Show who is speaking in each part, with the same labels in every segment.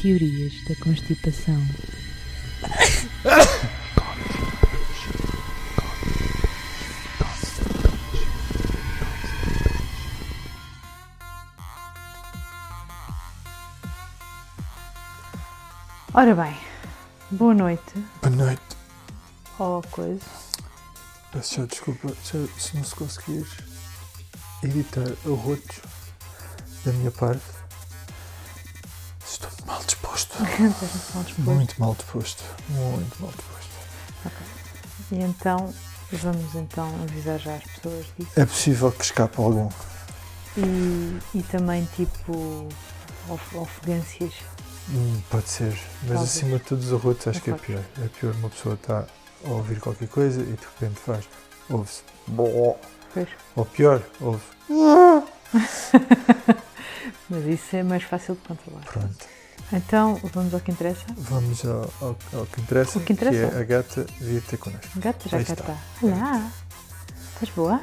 Speaker 1: Teorias da constipação. Ora bem, boa noite
Speaker 2: Boa noite.
Speaker 1: ou coisa.
Speaker 2: Peço já desculpa se, se não se conseguir editar arrotos da minha parte. Estou mal disposto.
Speaker 1: Estás mal disposto.
Speaker 2: Muito mal disposto. Muito mal disposto.
Speaker 1: E então, vamos então avisar já as pessoas disso.
Speaker 2: É possível que escape algum.
Speaker 1: E, e também tipo of, ofegâncias.
Speaker 2: Hum, pode ser. Mas
Speaker 1: Talvez.
Speaker 2: acima de tudo os arrotos acho que é
Speaker 1: Arrotos.
Speaker 2: pior. É pior uma pessoa está a ouvir qualquer coisa e de repente faz. Ouve-se.
Speaker 1: Pois.
Speaker 2: Ou pior, ouve.
Speaker 1: Mas isso é mais fácil de controlar.
Speaker 2: Pronto.
Speaker 1: Então, vamos ao que interessa.
Speaker 2: Vamos ao, ao- ao que interessa.
Speaker 1: O que interessa.
Speaker 2: é a gata vir ter connosco.
Speaker 1: Gata já
Speaker 2: Aí
Speaker 1: cá
Speaker 2: está.
Speaker 1: está. Olá! Estás boa?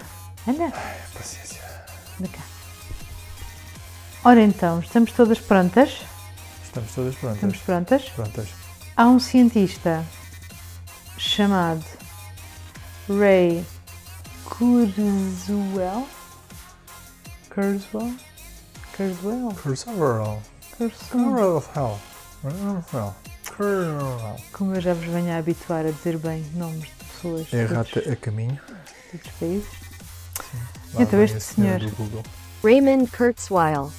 Speaker 1: Anda,
Speaker 2: É, Paciência.
Speaker 1: anda cá. Ora então, estamos todas prontas?
Speaker 2: Estamos todas prontas.
Speaker 1: Estamos prontas?
Speaker 2: Prontas.
Speaker 1: Há um cientista chamado Ray Kurzweil. Kurzweil? Kurzweil?
Speaker 2: Cursorol.
Speaker 1: Kurzweil.
Speaker 2: Cursorol. Cursorol. Cursorol.
Speaker 1: Como eu já vos venho a habituar a dizer bem nomes de pessoas de
Speaker 2: É a
Speaker 1: outros,
Speaker 2: rata a caminho.
Speaker 1: de outros países.
Speaker 2: Lá
Speaker 1: Então
Speaker 2: vem
Speaker 1: este
Speaker 2: a senhora
Speaker 1: senhor.
Speaker 2: do Google.
Speaker 3: Raymond Kurzweil.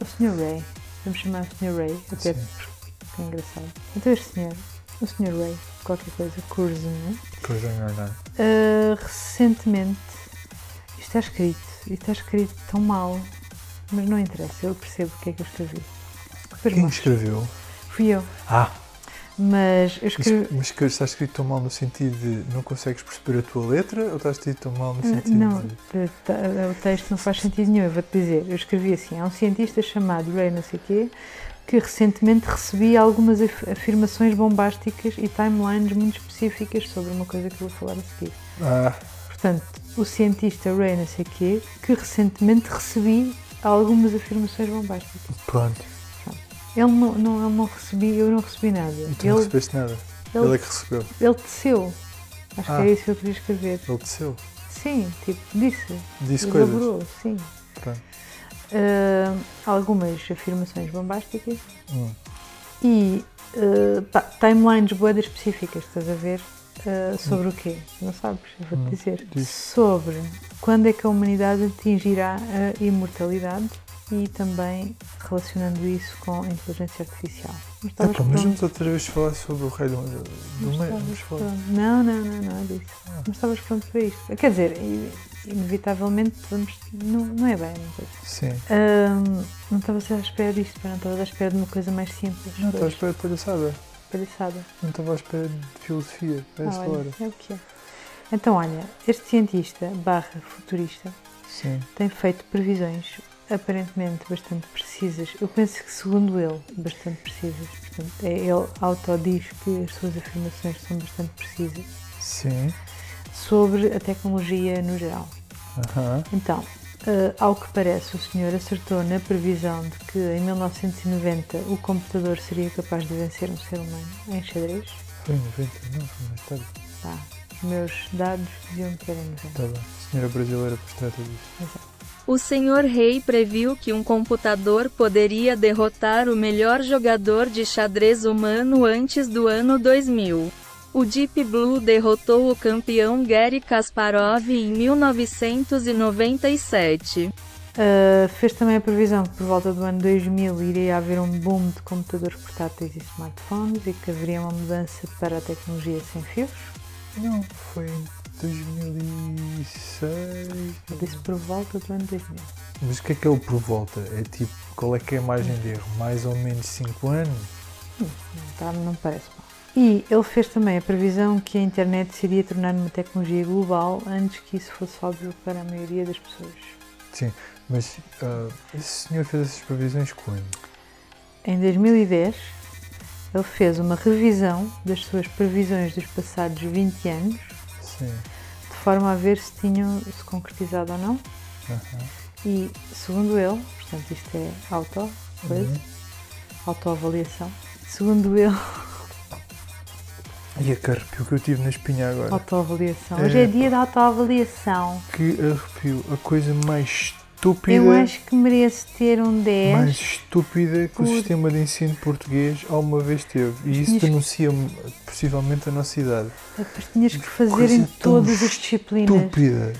Speaker 1: O Sr. Ray, vamos chamar o Sr. Ray, até
Speaker 2: Sim.
Speaker 1: porque é engraçado. Então este senhor, o Sr. Ray, qualquer coisa, Curzon, né?
Speaker 2: Cursorol.
Speaker 1: Ah, recentemente, isto está escrito, e está escrito tão mal, mas não interessa, eu percebo o que é que eu escrevi. Depois
Speaker 2: Quem
Speaker 1: mostro.
Speaker 2: escreveu?
Speaker 1: Fui eu,
Speaker 2: Ah,
Speaker 1: mas eu
Speaker 2: mas,
Speaker 1: escrevi...
Speaker 2: mas que está escrito tão mal no sentido de não consegues perceber a tua letra ou está escrito tão mal no sentido
Speaker 1: Não,
Speaker 2: de.
Speaker 1: t- t- o texto não faz sentido nenhum, eu vou-te dizer. Eu escrevi assim, há um cientista chamado Ray não sei quê, que recentemente recebia algumas af- afirmações bombásticas e timelines muito específicas sobre uma coisa que eu vou falar a seguir.
Speaker 2: Ah,
Speaker 1: Portanto, o cientista Ray não sei quê, que recentemente recebi algumas afirmações bombásticas.
Speaker 2: pronto.
Speaker 1: Ele não, não, ele não recebi, eu não recebi nada.
Speaker 2: E tu não
Speaker 1: Ele,
Speaker 2: recebeste nada.
Speaker 1: ele-
Speaker 2: Então, Ele... é que recebeu.
Speaker 1: ele teceu. Acho que
Speaker 2: Ah.
Speaker 1: era isso que eu queria escrever.
Speaker 2: Ele desceu.
Speaker 1: Sim, tipo, disse.
Speaker 2: Disse coisas.
Speaker 1: Elaborou, sim.
Speaker 2: Pronto.
Speaker 1: Ah, algumas afirmações bombásticas
Speaker 2: Hum.
Speaker 1: e ah, pá, timelines boedas específicas, estás a ver? Ah, sobre o quê? Não sabes, eu vou-te
Speaker 2: Não,
Speaker 1: dizer.
Speaker 2: Hum, diz.
Speaker 1: Sobre quando é que a humanidade atingirá a imortalidade e também relacionando isso com a inteligência artificial. Mas
Speaker 2: É,
Speaker 1: estavas
Speaker 2: pá, mas é,
Speaker 1: com-
Speaker 2: vamos outra vez falar sobre o rei do, do meio. Vamos falar.
Speaker 1: não, não, não, não é disso.
Speaker 2: Ah.
Speaker 1: Não estavas pronto para isto. Quer dizer, i- inevitavelmente vamos. Não, não é bem uma coisa.
Speaker 2: Sim.
Speaker 1: Ahm, não estava à espera disto, pá, não estava à espera de uma coisa mais simples.
Speaker 2: Não
Speaker 1: pois,
Speaker 2: estás para a palhaçada.
Speaker 1: palhaçada.
Speaker 2: Não estava à espera de filosofia a
Speaker 1: Ah,
Speaker 2: esta
Speaker 1: olha,
Speaker 2: hora.
Speaker 1: é o que é. Então, olha, este cientista barra futurista
Speaker 2: Sim.
Speaker 1: tem feito previsões aparentemente bastante precisas. Eu penso que, segundo ele, bastante precisas. Portanto, é- ele autodiz que as suas afirmações são bastante precisas
Speaker 2: Sim.
Speaker 1: sobre a tecnologia no geral.
Speaker 2: Aham.
Speaker 1: Então, eh, ao que parece, o senhor acertou na previsão de que em 1990 o computador seria capaz de vencer um ser humano em xadrez.
Speaker 2: Foi em 90, não, foi mais tarde.
Speaker 1: Pá, os meus dados diziam que era em 90.
Speaker 2: Tá bem. Senhora brasileira por trás disso.
Speaker 4: O senhor rei previu que um computador poderia derrotar o melhor jogador de xadrez humano antes do ano 2000. O Deep Blue derrotou o campeão Gary Kasparov em 1997.
Speaker 1: Eh, fez também a previsão que por volta do ano 2000 iria haver um boom de computadores portáteis e smartphones e que haveria uma mudança para a tecnologia sem fios.
Speaker 2: Não, foi em 2006.
Speaker 1: Eu disse por volta do ano 2000.
Speaker 2: Mas o que é que ele por volta? É tipo, qual é que é a margem de erro? Mais ou menos 5 anos?
Speaker 1: Tá, não parece mal. E ele fez também a previsão que a internet se iria tornar uma tecnologia global antes que isso fosse óbvio para a maioria das pessoas.
Speaker 2: Sim. Mas ah, esse senhor fez essas previsões quando?
Speaker 1: Em 2010, ele fez uma revisão das suas previsões dos passados 20 anos,
Speaker 2: Sim.
Speaker 1: de forma a ver se tinham se concretizado ou não.
Speaker 2: Aham. Uhum.
Speaker 1: E, segundo ele, portanto, isto é auto, coisa, autoavaliação. Segundo ele,
Speaker 2: E arrepio que eu tive na espinha agora.
Speaker 1: autoavaliação.
Speaker 2: É.
Speaker 1: Hoje é dia da autoavaliação.
Speaker 2: Que arrepio. A coisa mais estúpida,
Speaker 1: Eu acho que mereço ter um 10.
Speaker 2: mais estúpida que
Speaker 1: Por-
Speaker 2: o sistema de ensino português alguma vez teve. E isso
Speaker 1: Tinhas-
Speaker 2: denuncia possivelmente a nossa idade.
Speaker 1: É porque tinhas que fazer
Speaker 2: Coisa
Speaker 1: em
Speaker 2: tão
Speaker 1: todas as disciplinas.
Speaker 2: Estúpida.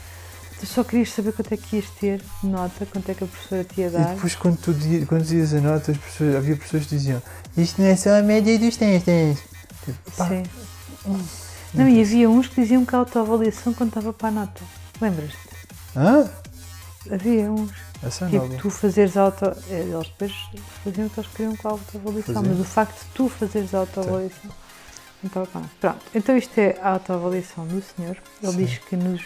Speaker 1: Tu só querias saber quanto é que ias ter de nota, quanto é que a professora te ia
Speaker 2: E
Speaker 1: dar.
Speaker 2: depois quando, tu di- quando dizias a nota, as pessoas- havia pessoas que diziam isto não é só a média dos testes. Tipo, pá, um.
Speaker 1: Sim. Não, e havia uns que diziam que a autoavaliação contava para a nota. Lembras-te?
Speaker 2: hã?
Speaker 1: Havia uns.
Speaker 2: Essa é
Speaker 1: Tipo,
Speaker 2: nova.
Speaker 1: tu fazeres auto. eh, Eles depois faziam o que eles queriam com a autoavaliação,
Speaker 2: Faziam.
Speaker 1: mas o facto de tu fazeres a autoavaliação. Então, pá, pronto, então isto é a autoavaliação do senhor. Ele
Speaker 2: Sim.
Speaker 1: diz que nos,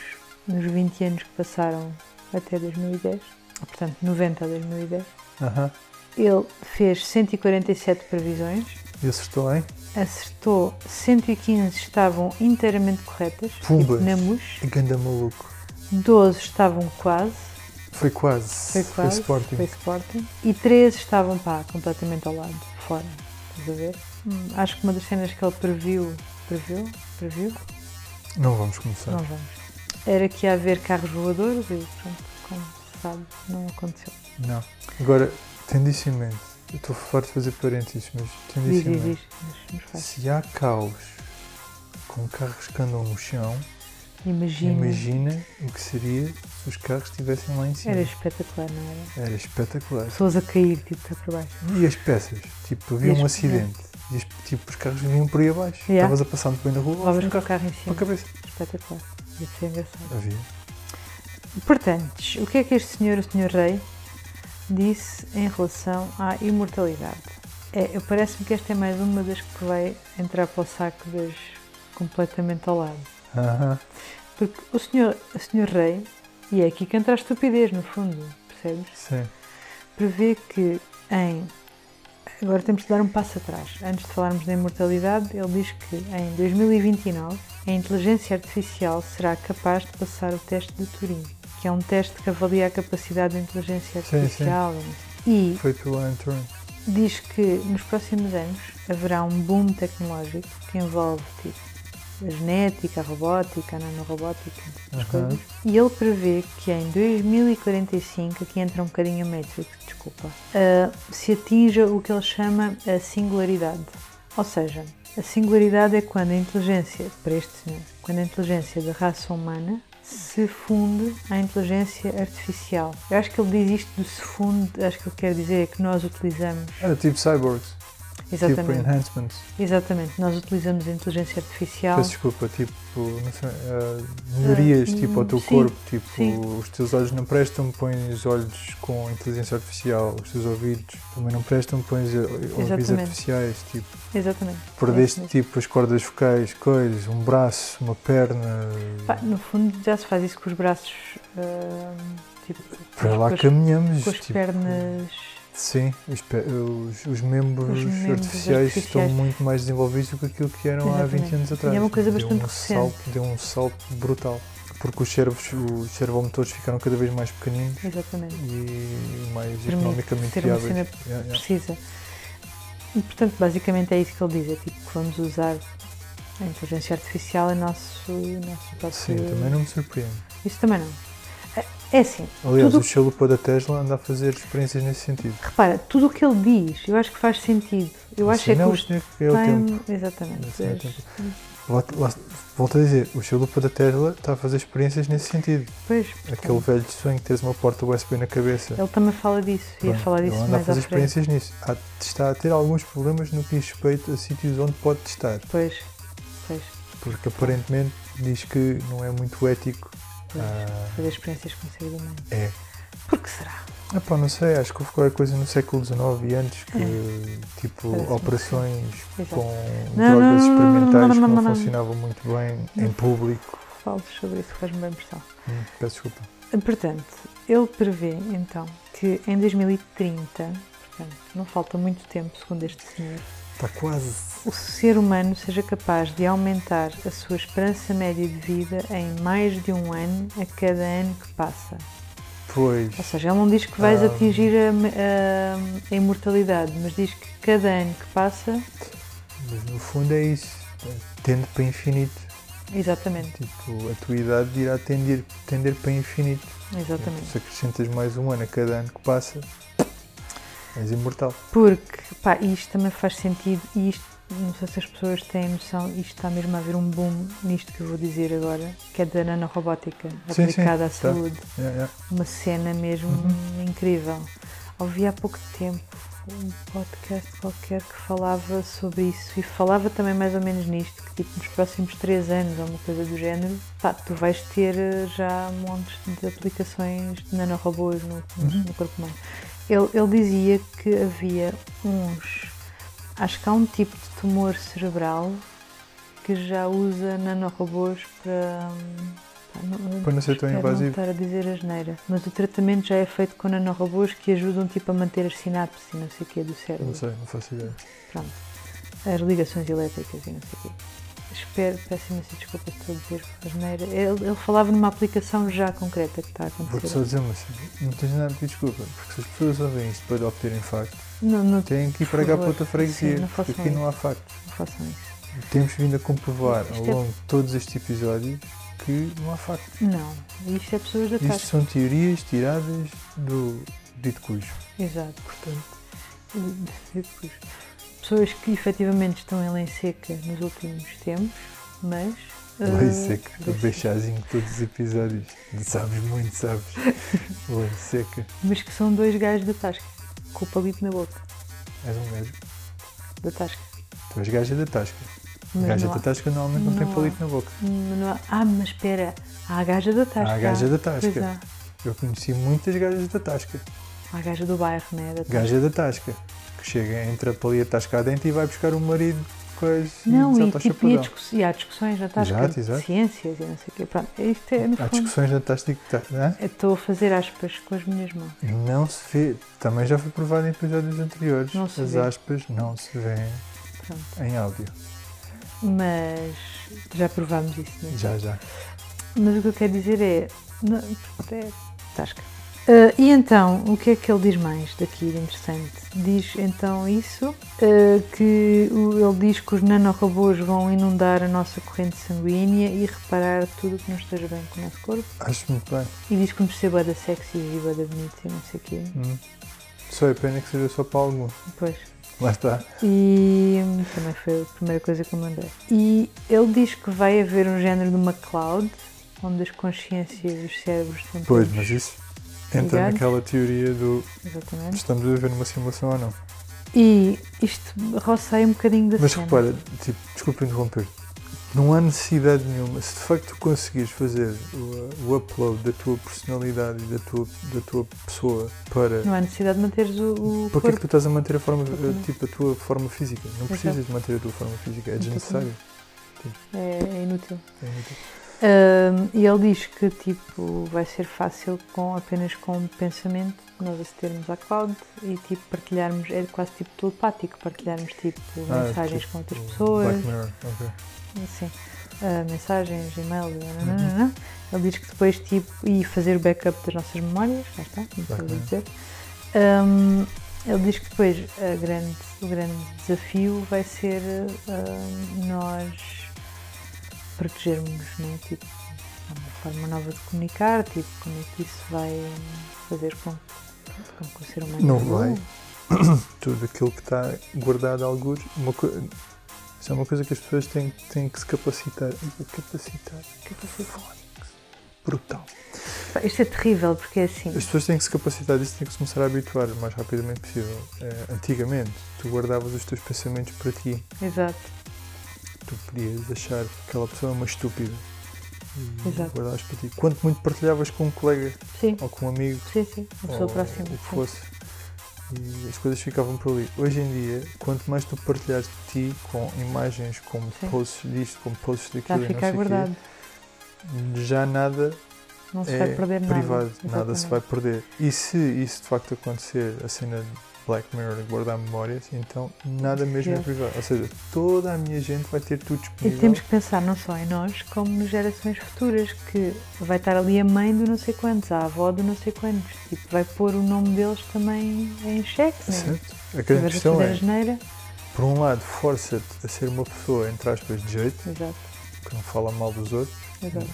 Speaker 1: nos 20 anos que passaram até 2010, portanto 90 a 2010,
Speaker 2: Aham.
Speaker 1: ele fez 147 previsões,
Speaker 2: E acertou, hein?
Speaker 1: acertou 115 estavam inteiramente corretas, tipo
Speaker 2: Pumbas.
Speaker 1: na MUS,
Speaker 2: Ganda maluco.
Speaker 1: 12 estavam quase,
Speaker 2: Foi quase.
Speaker 1: Foi quase.
Speaker 2: Sporting.
Speaker 1: Foi Sporting. E três estavam, pá, completamente ao lado, fora. Estás a ver? Hum, acho que uma das cenas que ele previu. Previu? Previu?
Speaker 2: Não vamos começar.
Speaker 1: Não vamos. Era que ia haver carros voadores e pronto, como se sabe, não aconteceu.
Speaker 2: Não. Agora, tendicamente, eu estou farto de fazer parênteses, mas
Speaker 1: Diz, diz,
Speaker 2: tendicamente,
Speaker 1: diz. Mas, mas faz.
Speaker 2: se há caos com carros que andam no chão,
Speaker 1: Imagina.
Speaker 2: imagina o que seria se os carros estivessem lá em cima.
Speaker 1: Era espetacular, não era?
Speaker 2: Era espetacular.
Speaker 1: Pessoas a cair, tipo, cá para baixo.
Speaker 2: E as peças? Tipo,
Speaker 1: E
Speaker 2: havia
Speaker 1: as-
Speaker 2: um acidente. E as- tipo, os carros vinham por aí abaixo.
Speaker 1: Yeah.
Speaker 2: Estavas a passar muito bem da rua.
Speaker 1: Levavas com
Speaker 2: um
Speaker 1: o
Speaker 2: carro
Speaker 1: carro em
Speaker 2: para
Speaker 1: cima.
Speaker 2: a cabeça.
Speaker 1: Espetacular. Ia ser engraçado.
Speaker 2: Havia.
Speaker 1: Portanto, o que é que este senhor, o senhor rei, disse em relação à imortalidade? É, eu- Parece-me que esta é mais uma das que vai entrar para o saco das completamente ao lado.
Speaker 2: Aham.
Speaker 1: Porque o senhor, o senhor rei, e é aqui que entra a estupidez, no fundo, percebes?
Speaker 2: Sim.
Speaker 1: Prevê que em... Agora temos de dar um passo atrás. Antes de falarmos da imortalidade, ele diz que em 2029 a inteligência artificial será capaz de passar o teste de Turing, que é um teste que avalia a capacidade da inteligência
Speaker 2: Sim, sim.
Speaker 1: artificial. E
Speaker 2: Foi pelo Alan Turing.
Speaker 1: diz que nos próximos anos haverá um boom tecnológico que envolve tipo, a genética, a robótica, a nanorobótica, essas
Speaker 2: Aham.
Speaker 1: coisas. E ele prevê que em 2045, aqui entra um bocadinho a Matrix, desculpa, ah, se atinja o que ele chama a singularidade. Ou seja, a singularidade é quando a inteligência, para este senhor, quando a inteligência da raça humana se funde à inteligência artificial. Eu acho que ele diz isto do se funde, acho que ele quer dizer é que nós utilizamos
Speaker 2: Era tipo cyborgs. Tipo
Speaker 1: Exatamente,
Speaker 2: enhancements.
Speaker 1: exatamente. Nós utilizamos a inteligência artificial.
Speaker 2: Peço desculpa, tipo, não sei, ah, melhorias
Speaker 1: Ah,
Speaker 2: tipo ao teu
Speaker 1: sim,
Speaker 2: corpo, tipo,
Speaker 1: sim.
Speaker 2: os teus olhos não prestam, pões olhos com inteligência artificial, os teus ouvidos também não prestam, pões ah, ouvidos
Speaker 1: Exatamente.
Speaker 2: artificiais, tipo,
Speaker 1: Exatamente. é isso
Speaker 2: perdeste
Speaker 1: mesmo.
Speaker 2: tipo as cordas vocais, coisas, um braço, uma perna,
Speaker 1: Pá, no fundo já se faz isso com os braços, ahm, tipo,
Speaker 2: para
Speaker 1: com
Speaker 2: lá
Speaker 1: as-
Speaker 2: caminhamos,
Speaker 1: com as
Speaker 2: tipo,
Speaker 1: pernas.
Speaker 2: sim, os, pe- os- os membros,
Speaker 1: Os membros
Speaker 2: artificiais, estão
Speaker 1: artificiais.
Speaker 2: muito mais desenvolvidos do que aquilo que eram há 20
Speaker 1: Exatamente.
Speaker 2: anos atrás.
Speaker 1: E é uma coisa
Speaker 2: deu
Speaker 1: bastante
Speaker 2: um
Speaker 1: recente.
Speaker 2: salto, deu um salto brutal. Porque os cérebros, os cérebros ficaram cada vez mais pequeninos
Speaker 1: Exatamente.
Speaker 2: e mais
Speaker 1: Permite
Speaker 2: economicamente
Speaker 1: ser uma
Speaker 2: viáveis.
Speaker 1: cena
Speaker 2: Yeah, yeah.
Speaker 1: Precisa. E portanto, basicamente é isso que ele diz: é tipo que vamos usar a inteligência artificial em nosso, nosso próprio.
Speaker 2: Sim, também não me surpreende.
Speaker 1: Isso também não. É- É assim,
Speaker 2: Aliás,
Speaker 1: Tudo-
Speaker 2: o chalupa da Tesla anda a fazer experiências nesse sentido.
Speaker 1: repara, tudo o que ele diz, eu acho que faz sentido. Eu acho
Speaker 2: Assim,
Speaker 1: é que
Speaker 2: não,
Speaker 1: os
Speaker 2: isto é que é o tempo.
Speaker 1: Exatamente.
Speaker 2: Esse é o
Speaker 1: as-
Speaker 2: tempo. Volto, lá- volto a dizer, o chalupa da Tesla está a fazer experiências nesse sentido.
Speaker 1: Pois,
Speaker 2: Aquele velho sonho de teres uma porta USB na cabeça.
Speaker 1: Ele também fala disso, ia
Speaker 2: Pronto,
Speaker 1: falar
Speaker 2: ele
Speaker 1: disso
Speaker 2: anda a
Speaker 1: mais à
Speaker 2: fazer
Speaker 1: frente.
Speaker 2: experiências nisso. Há- está a ter alguns problemas no que diz respeito a sítios onde pode testar.
Speaker 1: Pois, pois,
Speaker 2: Porque aparentemente diz que não é muito ético.
Speaker 1: pois.
Speaker 2: ah,
Speaker 1: Fazer experiências com seres humanos.
Speaker 2: é.
Speaker 1: Por que será?
Speaker 2: Epá, não sei, acho que houve qualquer coisa no século XIX e antes que,
Speaker 1: É.
Speaker 2: tipo,
Speaker 1: Parece-me
Speaker 2: operações
Speaker 1: Exato.
Speaker 2: com
Speaker 1: Não, não, não,
Speaker 2: drogas
Speaker 1: não, não,
Speaker 2: experimentais
Speaker 1: não, não,
Speaker 2: que
Speaker 1: não.
Speaker 2: não funcionavam muito bem em
Speaker 1: Não.
Speaker 2: público.
Speaker 1: Falo sobre isso, faz-me bem impressão.
Speaker 2: Hum, Peço desculpa.
Speaker 1: Portanto, ele prevê, então, que em 2030, portanto, não falta muito tempo, segundo este senhor,
Speaker 2: Está quase.
Speaker 1: o ser humano seja capaz de aumentar a sua esperança média de vida em mais de um ano a cada ano que passa.
Speaker 2: Pois.
Speaker 1: Ou seja, ele não diz que vais
Speaker 2: Ah.
Speaker 1: atingir a, a- a imortalidade, mas diz que cada ano que passa,
Speaker 2: Mas no fundo é isso. Tende para infinito.
Speaker 1: exatamente,
Speaker 2: Tipo, a tua idade irá tender, tender para infinito.
Speaker 1: exatamente.
Speaker 2: Se acrescentas mais um ano a cada ano que passa, és imortal.
Speaker 1: Porque, pá, isto também faz sentido e isto, não sei se as pessoas têm noção, isto está mesmo a haver um boom nisto que eu vou dizer agora, que é da nanorobótica
Speaker 2: Sim, sim,
Speaker 1: aplicada à
Speaker 2: tá.
Speaker 1: saúde.
Speaker 2: Yeah, yeah.
Speaker 1: uma cena mesmo
Speaker 2: Uhum.
Speaker 1: incrível. Ouvi há pouco tempo um podcast qualquer que falava sobre isso e falava também mais ou menos nisto, que tipo, nos próximos três anos ou uma coisa do género, pá, tu vais ter eh, já montes de aplicações de nanorobôs no, no-
Speaker 2: Uhum.
Speaker 1: no corpo humano. Ele, ele dizia que havia uns, acho que há um tipo de tumor cerebral que já usa nanorobôs para... hum, pá, não-
Speaker 2: Para não ser tão
Speaker 1: Espero
Speaker 2: invasivo.
Speaker 1: Não estar a dizer asneira. Mas o tratamento já é feito com nanorobôs que ajudam tipo, a manter as sinapses e não sei o quê do
Speaker 2: Não
Speaker 1: cérebro.
Speaker 2: sei, não faço ideia.
Speaker 1: Pronto. As ligações elétricas e não sei o quê. Espero, peço imensa desculpa se estou a dizer asneira. Ele, ele falava numa aplicação já concreta que está a
Speaker 2: Vou-te
Speaker 1: acontecer.
Speaker 2: só dizer, mas não tens nada de desculpa, porque se as pessoas ouvem isto para obterem factos,
Speaker 1: Não, não,
Speaker 2: têm que ir
Speaker 1: Por
Speaker 2: para cá
Speaker 1: favor.
Speaker 2: para outra freguesia,
Speaker 1: Sim, não
Speaker 2: porque
Speaker 1: façam
Speaker 2: aqui não há factos.
Speaker 1: não façam isso.
Speaker 2: Temos vindo a comprovar ao
Speaker 1: Isto é-
Speaker 2: longo de todos estes episódios que não há factos.
Speaker 1: Não. Isto é pessoas da
Speaker 2: Isto
Speaker 1: Tasca.
Speaker 2: são teorias tiradas do dito cujo.
Speaker 1: Exato.
Speaker 2: Portanto,
Speaker 1: Depois, Pessoas que efetivamente estão em lei seca nos últimos tempos, mas.
Speaker 2: lei
Speaker 1: eh,
Speaker 2: seca, o
Speaker 1: lei
Speaker 2: beijazinho de todos os episódios. Sabes muito, sabes. lei seca.
Speaker 1: mas que são dois gajos da Tasca, com o palito na boca,
Speaker 2: És um gajo.
Speaker 1: da Tasca.
Speaker 2: Tu és gaja da tasca.
Speaker 1: Mas
Speaker 2: gaja
Speaker 1: não
Speaker 2: da
Speaker 1: há-
Speaker 2: tasca normalmente não,
Speaker 1: não
Speaker 2: tem
Speaker 1: há.
Speaker 2: palito na boca.
Speaker 1: não há- Ah, mas espera, há a gaja da Tasca.
Speaker 2: Há a gaja da
Speaker 1: Pois é.
Speaker 2: tasca.
Speaker 1: há.
Speaker 2: Eu conheci muitas gajas da tasca.
Speaker 1: Há a gaja do bairro, né? Da Tasca.
Speaker 2: Gaja da tasca. Que chega, entra para ali a tasca dentro e vai buscar o marido quase
Speaker 1: Não, e,
Speaker 2: salta ao
Speaker 1: tipo, e, a
Speaker 2: chapadão.
Speaker 1: discuss- e há discussões na Tasca
Speaker 2: Exato,
Speaker 1: de
Speaker 2: exato.
Speaker 1: ciências e não sei o quê. Pronto, isto é, no
Speaker 2: Há
Speaker 1: fundo,
Speaker 2: discussões na tasca que tá, né?
Speaker 1: eu estou a fazer aspas com as minhas mãos.
Speaker 2: Não se vê. Também já foi provado em episódios anteriores.
Speaker 1: Não se
Speaker 2: As
Speaker 1: vê.
Speaker 2: aspas não se vêem
Speaker 1: Pronto.
Speaker 2: em áudio.
Speaker 1: Mas já provámos isso, né?
Speaker 2: Já, já.
Speaker 1: Mas o que eu quero dizer é. não, é tasca. Ah, e então, o que é que ele diz mais daqui de interessante? Diz então isso, ah, que o- ele diz que os nanorobôs vão inundar a nossa corrente sanguínea e reparar tudo o que não esteja bem com o nosso corpo.
Speaker 2: Acho muito bem.
Speaker 1: E diz que vamos ser bada sexy e bada bonita e não sei o quê.
Speaker 2: Hum. Só é pena que seja só para algum.
Speaker 1: Depois.
Speaker 2: Lá está.
Speaker 1: E hum, também foi a primeira coisa que eu mandei. E ele diz que vai haver um género de uma cloud, onde as consciências e os cérebros estão
Speaker 2: Pois,
Speaker 1: todos-
Speaker 2: mas isso entra
Speaker 1: Ligados.
Speaker 2: naquela teoria do
Speaker 1: Exatamente.
Speaker 2: estamos a viver numa simulação ou não.
Speaker 1: E isto roça aí um bocadinho da
Speaker 2: Mas
Speaker 1: cena.
Speaker 2: repara, tipo, desculpa interromper, não há necessidade nenhuma. Se de facto tu conseguires fazer o, o upload da tua personalidade e da tua, da tua pessoa para.
Speaker 1: Não há necessidade de manteres o, o
Speaker 2: Para que é que
Speaker 1: corpo.
Speaker 2: tu estás a manter a, forma,
Speaker 1: Exatamente.
Speaker 2: tipo, a tua forma física? Não precisas de manter a tua forma física, é
Speaker 1: Exatamente.
Speaker 2: desnecessário.
Speaker 1: É, é inútil.
Speaker 2: É muito- Hum,
Speaker 1: Ahm, e ele diz que tipo, vai ser fácil com, apenas com o pensamento nós acedermos à cloud e tipo, partilharmos, é quase tipo telepático, partilharmos tipo,
Speaker 2: Ah,
Speaker 1: mensagens
Speaker 2: tipo,
Speaker 1: com outras
Speaker 2: o
Speaker 1: pessoas.
Speaker 2: Black Mirror, ok.
Speaker 1: Sim. Ah, mensagens, e-mail, nananana.
Speaker 2: Uhum.
Speaker 1: ele diz que depois tipo, e fazer o backup das nossas memórias, lá está, como estou a
Speaker 2: Bacana.
Speaker 1: dizer. Ahm, ele diz que depois a grande, o grande desafio vai ser ahm, nós protegermos, né? tipo, há uma forma nova de comunicar, tipo, como é que isso vai fazer com, com que o ser humano
Speaker 2: Não
Speaker 1: evolua?
Speaker 2: vai. Tudo aquilo que está guardado a alguns. Uma co... Isso é uma coisa que as pessoas têm, têm que se capacitar. Ih, Capacitar.
Speaker 1: é
Speaker 2: Capacitar. Brutal.
Speaker 1: Pá, Isto é terrível porque é assim.
Speaker 2: As pessoas têm que se capacitar disso, têm que se começar a habituar o mais rapidamente possível. Eh, antigamente, tu guardavas os teus pensamentos para ti.
Speaker 1: Exato.
Speaker 2: Tu podias achar que aquela pessoa é uma estúpida. E
Speaker 1: Exato.
Speaker 2: guardavas para ti. Quanto muito partilhavas com um colega
Speaker 1: Sim,
Speaker 2: ou com um amigo
Speaker 1: sim, sim. Uma pessoa
Speaker 2: ou
Speaker 1: próxima.
Speaker 2: o que
Speaker 1: sim.
Speaker 2: fosse. E as coisas ficavam por ali. Hoje em dia, quanto mais tu partilhares de ti com imagens, com
Speaker 1: Sim.
Speaker 2: posts disto, com posts
Speaker 1: Está a
Speaker 2: daquilo e não
Speaker 1: ficar
Speaker 2: sei o
Speaker 1: guardado.
Speaker 2: quê, já nada
Speaker 1: Não se
Speaker 2: é
Speaker 1: vai perder nada.
Speaker 2: privado, nada
Speaker 1: Exatamente.
Speaker 2: se vai perder. E se isso de facto acontecer, a cena de Black Mirror de guardar memórias, então nada mesmo é
Speaker 1: Sim.
Speaker 2: privado. Ou seja, toda a minha gente vai ter tudo
Speaker 1: E
Speaker 2: disponível.
Speaker 1: temos que pensar não só em nós, como nas gerações futuras, que vai estar ali a mãe do não sei quantos, a avó do não sei quantos, tipo, vai pôr o nome deles também em xeque, né?
Speaker 2: Certo? A
Speaker 1: Se tiver
Speaker 2: grande
Speaker 1: a
Speaker 2: questão
Speaker 1: fazer
Speaker 2: é,
Speaker 1: asneira,
Speaker 2: por um lado, força-te a ser uma pessoa, entre aspas, de jeito,
Speaker 1: Exato,
Speaker 2: que não fala mal dos outros,
Speaker 1: exato.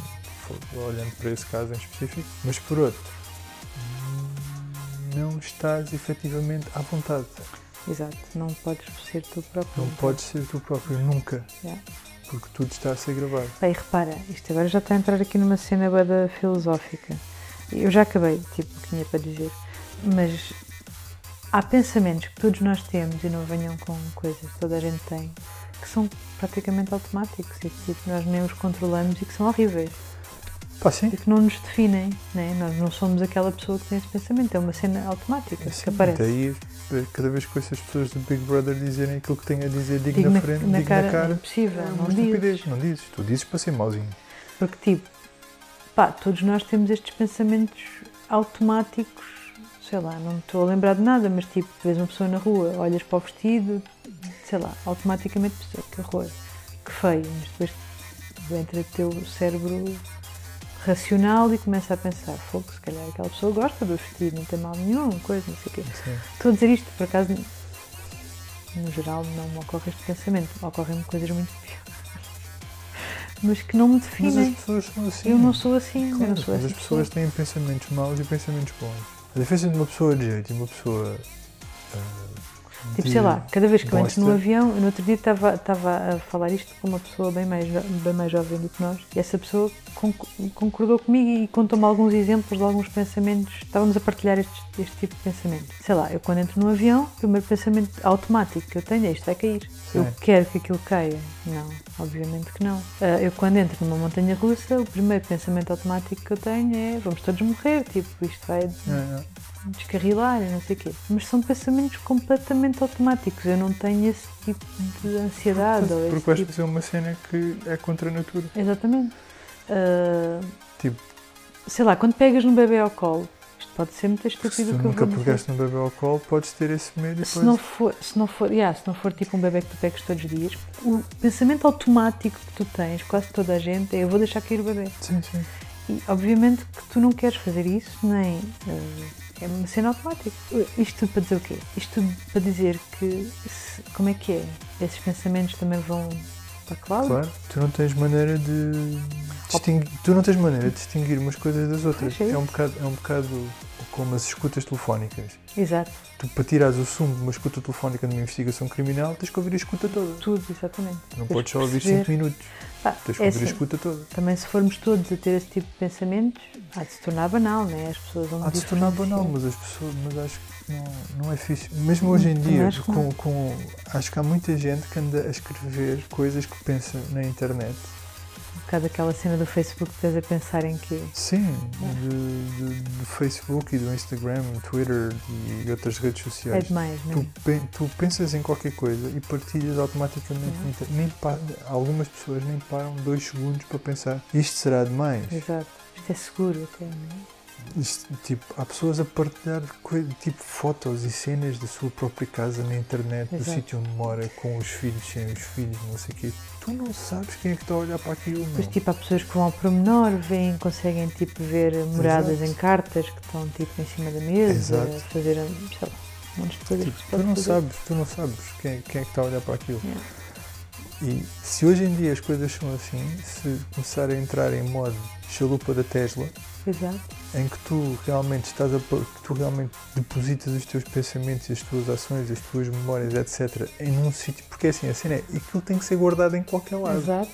Speaker 2: fo- olhando para esse caso em específico, mas por outro, não estás efetivamente à vontade.
Speaker 1: Exato, não podes ser tu próprio.
Speaker 2: Não podes ser tu próprio nunca,
Speaker 1: Yeah.
Speaker 2: porque tudo está a ser gravado.
Speaker 1: Bem, repara, isto agora já está a entrar aqui numa cena bada filosófica. Eu já acabei, tipo, o que tinha para dizer. Mas há pensamentos que todos nós temos e não venham com coisas que toda a gente tem, que são praticamente automáticos e que tipo, nós nem os controlamos e que são horríveis
Speaker 2: Pá, sim.
Speaker 1: e que não nos definem, né? Nós não somos aquela pessoa que tem esse pensamento, é uma cena
Speaker 2: É
Speaker 1: automática que aparece.
Speaker 2: Daí, eh, cada vez que ouço as pessoas do Big Brother dizerem aquilo que têm a dizer, digo,
Speaker 1: Digo
Speaker 2: é na
Speaker 1: na,
Speaker 2: frente,
Speaker 1: na
Speaker 2: digo
Speaker 1: cara,
Speaker 2: na cara.
Speaker 1: impossível,
Speaker 2: é
Speaker 1: não
Speaker 2: uma
Speaker 1: dizes.
Speaker 2: estupidez, não dizes. Tu dizes para ser mauzinho.
Speaker 1: Porque, tipo, pá, todos nós temos estes pensamentos automáticos, sei lá, não me estou a lembrar de nada, mas tipo, vês uma pessoa na rua, olhas para o vestido, sei lá, automaticamente pensas, que horror, que feio, mas depois entra o teu cérebro racional e começa a pensar, fogo, se calhar aquela pessoa gosta do vestido, não tem mal nenhum, coisa, não sei o quê.
Speaker 2: Sim.
Speaker 1: Estou a dizer isto, por acaso, no geral, não me ocorre este pensamento, ocorrem-me coisas muito piores, mas que não me
Speaker 2: Mas
Speaker 1: definem.
Speaker 2: as pessoas são assim.
Speaker 1: Eu não sou assim, eu não
Speaker 2: Claro,
Speaker 1: sou
Speaker 2: mas
Speaker 1: assim.
Speaker 2: as pessoas têm pensamentos maus e pensamentos bons. A diferença entre uma pessoa de jeito e uma pessoa. ah,
Speaker 1: Tipo,
Speaker 2: de-
Speaker 1: sei lá, cada vez que eu entro
Speaker 2: bosta.
Speaker 1: num avião, eu no outro dia estava estava a falar isto com uma pessoa bem mais, jo- bem mais jovem do que nós, e essa pessoa conc- concordou comigo e contou-me alguns exemplos de alguns pensamentos. Estávamos a partilhar este, este tipo de pensamento. Sei lá, eu quando entro num avião, o primeiro pensamento automático que eu tenho é isto vai cair. Eu
Speaker 2: Sim.
Speaker 1: quero que aquilo caia. Não, obviamente que não. Ah, Eu quando entro numa montanha russa, o primeiro pensamento automático que eu tenho é vamos todos morrer, tipo, isto vai
Speaker 2: É, é.
Speaker 1: descarrilar e não sei o quê. Mas são pensamentos completamente automáticos. Eu não tenho esse tipo de ansiedade ou
Speaker 2: Porque
Speaker 1: esse
Speaker 2: vais
Speaker 1: tipo...
Speaker 2: fazer uma cena que é contra a natura.
Speaker 1: Exatamente. Ah,
Speaker 2: Tipo,
Speaker 1: sei lá, quando pegas num bebê ao colo, isto pode ser muito
Speaker 2: porque se
Speaker 1: estúpido
Speaker 2: tu
Speaker 1: o que eu
Speaker 2: nunca
Speaker 1: vou dizer.
Speaker 2: pegaste num bebê ao colo, podes ter esse medo e
Speaker 1: Se não
Speaker 2: depois.
Speaker 1: for, se não for, yeah, se não for tipo um bebê que tu pegas todos os dias, o pensamento automático que tu tens, quase toda a gente, é eu vou deixar cair o bebê.
Speaker 2: Sim, sim.
Speaker 1: E obviamente que tu não queres fazer isso, nem. eh, é uma cena automática. Isto tudo para dizer o quê? Isto tudo para dizer que. se- como é que é? Esses pensamentos também vão para a cloud?
Speaker 2: Claro, tu não tens maneira de distinguir, tu não tens maneira de distinguir umas coisas das outras.
Speaker 1: Pois é
Speaker 2: É um bocado, é um bocado como as escutas telefónicas.
Speaker 1: Exato,
Speaker 2: Tu para tirares o sumo de uma escuta telefónica numa investigação criminal, tens que ouvir a escuta toda.
Speaker 1: tudo, exatamente.
Speaker 2: Não
Speaker 1: Tens
Speaker 2: podes só
Speaker 1: que
Speaker 2: ouvir
Speaker 1: perceber.
Speaker 2: 5 minutos,
Speaker 1: Pá,
Speaker 2: tens que
Speaker 1: é
Speaker 2: ouvir a
Speaker 1: assim,
Speaker 2: escuta toda.
Speaker 1: também se formos todos a ter esse tipo de pensamentos, há de se tornar banal, né? As pessoas vão
Speaker 2: Há de se tornar
Speaker 1: diferenciar.
Speaker 2: banal, mas as pessoas, mas acho que não, não é fixe. Mesmo hoje em
Speaker 1: Também
Speaker 2: dia,
Speaker 1: acho que não.
Speaker 2: com, com, acho que há muita gente que anda a escrever coisas que pensa na internet.
Speaker 1: Um bocado aquela cena do Facebook que estás a pensar em que.
Speaker 2: Sim, de- de- do Facebook e do Instagram, Twitter e outras redes
Speaker 1: É
Speaker 2: sociais.
Speaker 1: demais, não
Speaker 2: tu,
Speaker 1: é?
Speaker 2: pen- tu pensas em qualquer coisa e partilhas automaticamente.
Speaker 1: Uhum.
Speaker 2: na internet. Nem pa- algumas pessoas nem param dois segundos para pensar isto será demais.
Speaker 1: Exato. Isto é seguro até, não é?
Speaker 2: Isto, tipo, há pessoas a partilhar coi- tipo fotos e cenas da sua própria casa na internet, do
Speaker 1: Exato.
Speaker 2: sítio onde mora, com os filhos, sem os filhos, não sei o quê. Tu não sabes quem é que está a olhar para aquilo,
Speaker 1: Mas
Speaker 2: meu.
Speaker 1: tipo, há pessoas que vão ao promenor, veem, conseguem tipo ver moradas
Speaker 2: Exato.
Speaker 1: em cartas que estão tipo em cima da mesa,
Speaker 2: Exato.
Speaker 1: fazer sei lá, um monte de coisas
Speaker 2: Tipo,
Speaker 1: que se
Speaker 2: tu
Speaker 1: pode
Speaker 2: não
Speaker 1: fazer.
Speaker 2: sabes, tu não sabes quem, quem é que está a olhar para aquilo.
Speaker 1: Yeah.
Speaker 2: E se hoje em dia as coisas são assim, se começar a entrar em modo chalupa da Tesla,
Speaker 1: Exato.
Speaker 2: em que tu realmente estás a, pôr- que tu realmente depositas os teus pensamentos, as tuas ações, as tuas memórias, etc, em um sítio, porque assim, a cena é, aquilo tem que ser guardado em qualquer lado.
Speaker 1: Exato.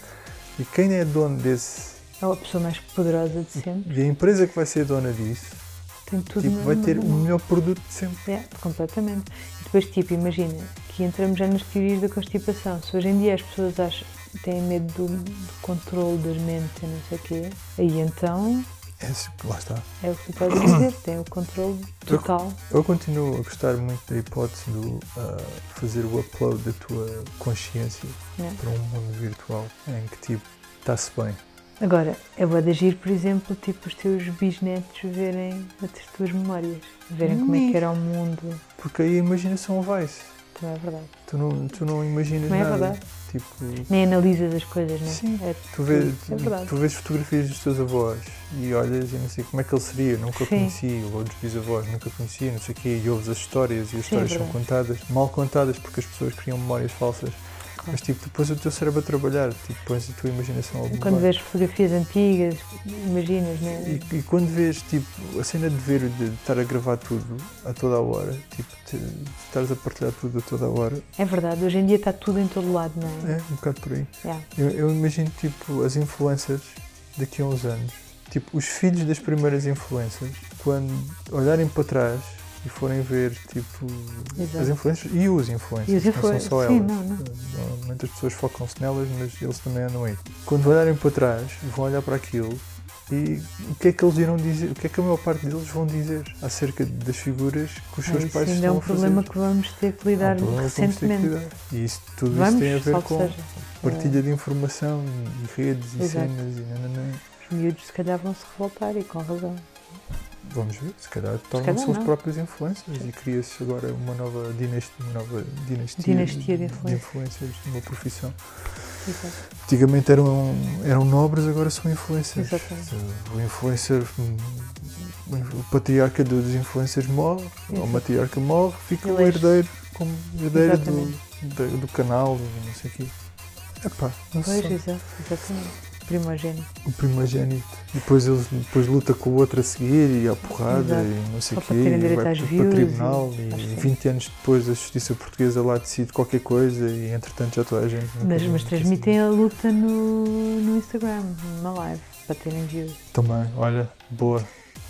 Speaker 2: E quem é dono desse,
Speaker 1: É a pessoa mais poderosa de sempre.
Speaker 2: e a empresa que vai ser dona disso,
Speaker 1: Tem tudo
Speaker 2: tipo,
Speaker 1: na-
Speaker 2: vai
Speaker 1: na
Speaker 2: ter o
Speaker 1: mão.
Speaker 2: melhor produto de sempre.
Speaker 1: É, completamente. E depois, tipo, imagina que entramos já nas teorias da constipação. Se hoje em dia as pessoas acham, têm medo do, do controle das mentes e não sei o quê, aí então
Speaker 2: É isso que lá está.
Speaker 1: é o que tu estás a dizer, têm o controle
Speaker 2: Eu-
Speaker 1: total.
Speaker 2: Eu continuo a gostar muito da hipótese do ah, fazer o upload da tua consciência
Speaker 1: Yeah.
Speaker 2: para um mundo virtual em que tipo está-se bem.
Speaker 1: Agora, é boa de agir, por exemplo, tipo os teus bisnetos verem as tuas memórias, verem como é que era o mundo.
Speaker 2: Porque aí a imaginação vai-se.
Speaker 1: Também é verdade.
Speaker 2: Tu não, tu não imaginas
Speaker 1: Não é
Speaker 2: nada.
Speaker 1: verdade.
Speaker 2: Tipo,
Speaker 1: Nem analisas as coisas, não é?
Speaker 2: Sim,
Speaker 1: É
Speaker 2: tu vês,
Speaker 1: tudo. É verdade.
Speaker 2: tu vês fotografias dos teus avós e olhas e não sei como é que ele seria, nunca
Speaker 1: Sim.
Speaker 2: conheci, ou dos bisavós, nunca conheci, não sei o quê, e ouves as histórias e as
Speaker 1: Sim, é
Speaker 2: histórias são contadas, mal contadas porque as pessoas criam memórias falsas. Mas tipo, tu pões o teu cérebro a trabalhar, tipo, pões a tua imaginação a
Speaker 1: Quando
Speaker 2: bombar.
Speaker 1: vês fotografias antigas, imaginas, não é?
Speaker 2: E, e quando vês, tipo, a cena de ver, de estar a gravar tudo a toda a hora, tipo, te- de estares a partilhar tudo a toda a hora,
Speaker 1: É verdade, hoje em dia está tudo em todo lado, não é?
Speaker 2: é um bocado por aí.
Speaker 1: Yeah.
Speaker 2: Eu, eu imagino, tipo, as influencers daqui a uns anos. Tipo, os filhos das primeiras influencers, quando olharem para trás e forem ver, tipo,
Speaker 1: Exato.
Speaker 2: as influencers e os influencers,
Speaker 1: E os
Speaker 2: não
Speaker 1: influencers,
Speaker 2: são só
Speaker 1: sim,
Speaker 2: elas.
Speaker 1: não, não.
Speaker 2: Normalmente as Hum. pessoas focam-se nelas, mas eles também andam aí. Quando olharem para trás, vão olhar para aquilo e o que é que eles irão dizer, o que é que a maior parte deles vão dizer acerca das figuras que os
Speaker 1: Ah,
Speaker 2: seus
Speaker 1: isso
Speaker 2: pais
Speaker 1: ainda
Speaker 2: estão
Speaker 1: é um
Speaker 2: a fazer.
Speaker 1: problema que vamos ter que
Speaker 2: Há um
Speaker 1: lidar
Speaker 2: problema que vamos ter que
Speaker 1: recentemente.
Speaker 2: lidar. E isso, tudo
Speaker 1: vamos,
Speaker 2: isso tem a ver
Speaker 1: salvo
Speaker 2: com
Speaker 1: seja.
Speaker 2: partilha de informação e redes e
Speaker 1: Exato.
Speaker 2: cenas e nananã.
Speaker 1: Os miúdos se calhar vão se revoltar e com razão.
Speaker 2: Vamos ver, se calhar tornam-se
Speaker 1: calhar
Speaker 2: os
Speaker 1: não.
Speaker 2: próprios influencers e cria-se agora uma nova dinastia, uma nova dinastia,
Speaker 1: Dinastia de
Speaker 2: de influencers numa profissão.
Speaker 1: Exato.
Speaker 2: Antigamente eram, eram nobres, agora são influencers.
Speaker 1: Exatamente.
Speaker 2: O influencer, hum, o patriarca dos influencers morre, ou
Speaker 1: Exato.
Speaker 2: o matriarca morre, fica o
Speaker 1: Elege-se.
Speaker 2: herdeiro como herdeiro do,
Speaker 1: é Exatamente.
Speaker 2: do, do canal e não sei o quê. Epá, não
Speaker 1: Pois, é.
Speaker 2: sei.
Speaker 1: exato, exatamente. Primogênio.
Speaker 2: o primogênito. E depois ele depois luta com o outro a seguir e à porrada
Speaker 1: Exato.
Speaker 2: e não sei
Speaker 1: Só
Speaker 2: o
Speaker 1: para
Speaker 2: quê.
Speaker 1: terem
Speaker 2: E
Speaker 1: direito
Speaker 2: vai
Speaker 1: às
Speaker 2: para
Speaker 1: views
Speaker 2: o tribunal
Speaker 1: e-
Speaker 2: e,
Speaker 1: acho que sim.
Speaker 2: 20 anos depois a justiça portuguesa lá decide qualquer coisa e entretanto já toda a gente.
Speaker 1: Mas, mas transmitem a luta no, no Instagram, numa live, para terem views.
Speaker 2: Também, olha, boa.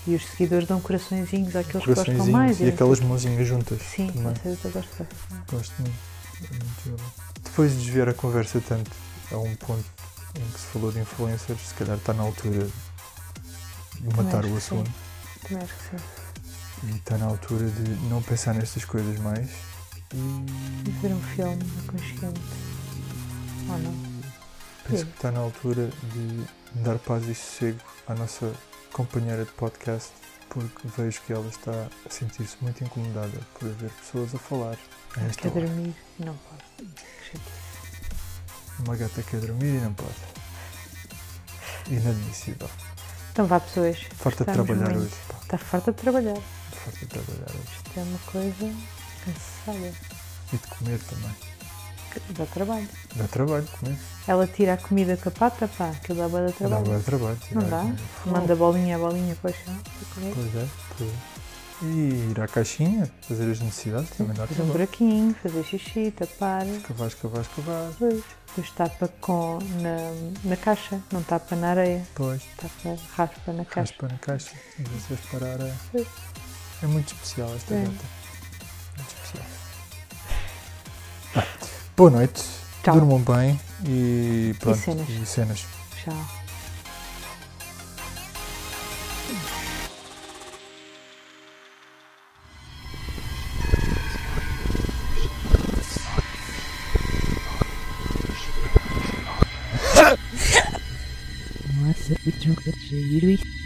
Speaker 1: E os seguidores dão coraçõezinhos àqueles que gostam mais.
Speaker 2: Coraçõezinhos e
Speaker 1: é-
Speaker 2: aquelas mãozinhas juntas.
Speaker 1: Sim,
Speaker 2: também.
Speaker 1: essa eu gosto bastante.
Speaker 2: Gosto muito. É muito bom. Depois de desviar a conversa tanto a um ponto em que se falou de influencers, se calhar está na altura de
Speaker 1: acho
Speaker 2: matar o
Speaker 1: que sim.
Speaker 2: assunto.
Speaker 1: Também acho que sim.
Speaker 2: E está na altura de não pensar nestas coisas mais. E
Speaker 1: E ver um filme aconchegante. Ou não?
Speaker 2: penso
Speaker 1: Sim.
Speaker 2: que está na altura de dar paz e sossego à nossa companheira de podcast, porque vejo que ela está a sentir-se muito incomodada por haver pessoas a falar. a esta
Speaker 1: Quer
Speaker 2: hora.
Speaker 1: dormir? Não pode. Que chatice.
Speaker 2: Uma gata quer dormir e não pode. Inadmissível.
Speaker 1: Então vá, pessoas.
Speaker 2: Farta de
Speaker 1: Estamos
Speaker 2: trabalhar
Speaker 1: muito.
Speaker 2: hoje. Pá.
Speaker 1: Está farta de trabalhar.
Speaker 2: Farta de trabalhar hoje.
Speaker 1: Isto é uma coisa cansada.
Speaker 2: E de comer também.
Speaker 1: que Dá trabalho.
Speaker 2: Dá trabalho comer.
Speaker 1: Ela tira a comida com a pata, pá, que dá boa de
Speaker 2: Dá
Speaker 1: trabalho.
Speaker 2: bué de trabalho.
Speaker 1: Não
Speaker 2: tirar
Speaker 1: dá?
Speaker 2: a comida.
Speaker 1: Manda bolinha a bolinha para o chão para comer.
Speaker 2: Pois é, pois é. E ir à caixinha, fazer as necessidades, também dá
Speaker 1: Fazer um
Speaker 2: trabalho.
Speaker 1: buraquinho, fazer xixi, tapar.
Speaker 2: Cavar, cavar, cavar.
Speaker 1: Pois. Depois tapa com na, na caixa, não tapa na areia,
Speaker 2: Depois,
Speaker 1: tapa, raspa na caixa.
Speaker 2: raspa na caixa e vocês parar a...
Speaker 1: Pois.
Speaker 2: É muito especial esta
Speaker 1: É.
Speaker 2: gata. Muito especial. Bem, boa noite.
Speaker 1: Tchau.
Speaker 2: Durmam bem e pronto.
Speaker 1: cenas.
Speaker 2: E cenas.
Speaker 1: Tchau.
Speaker 5: Nossa, que troca de giro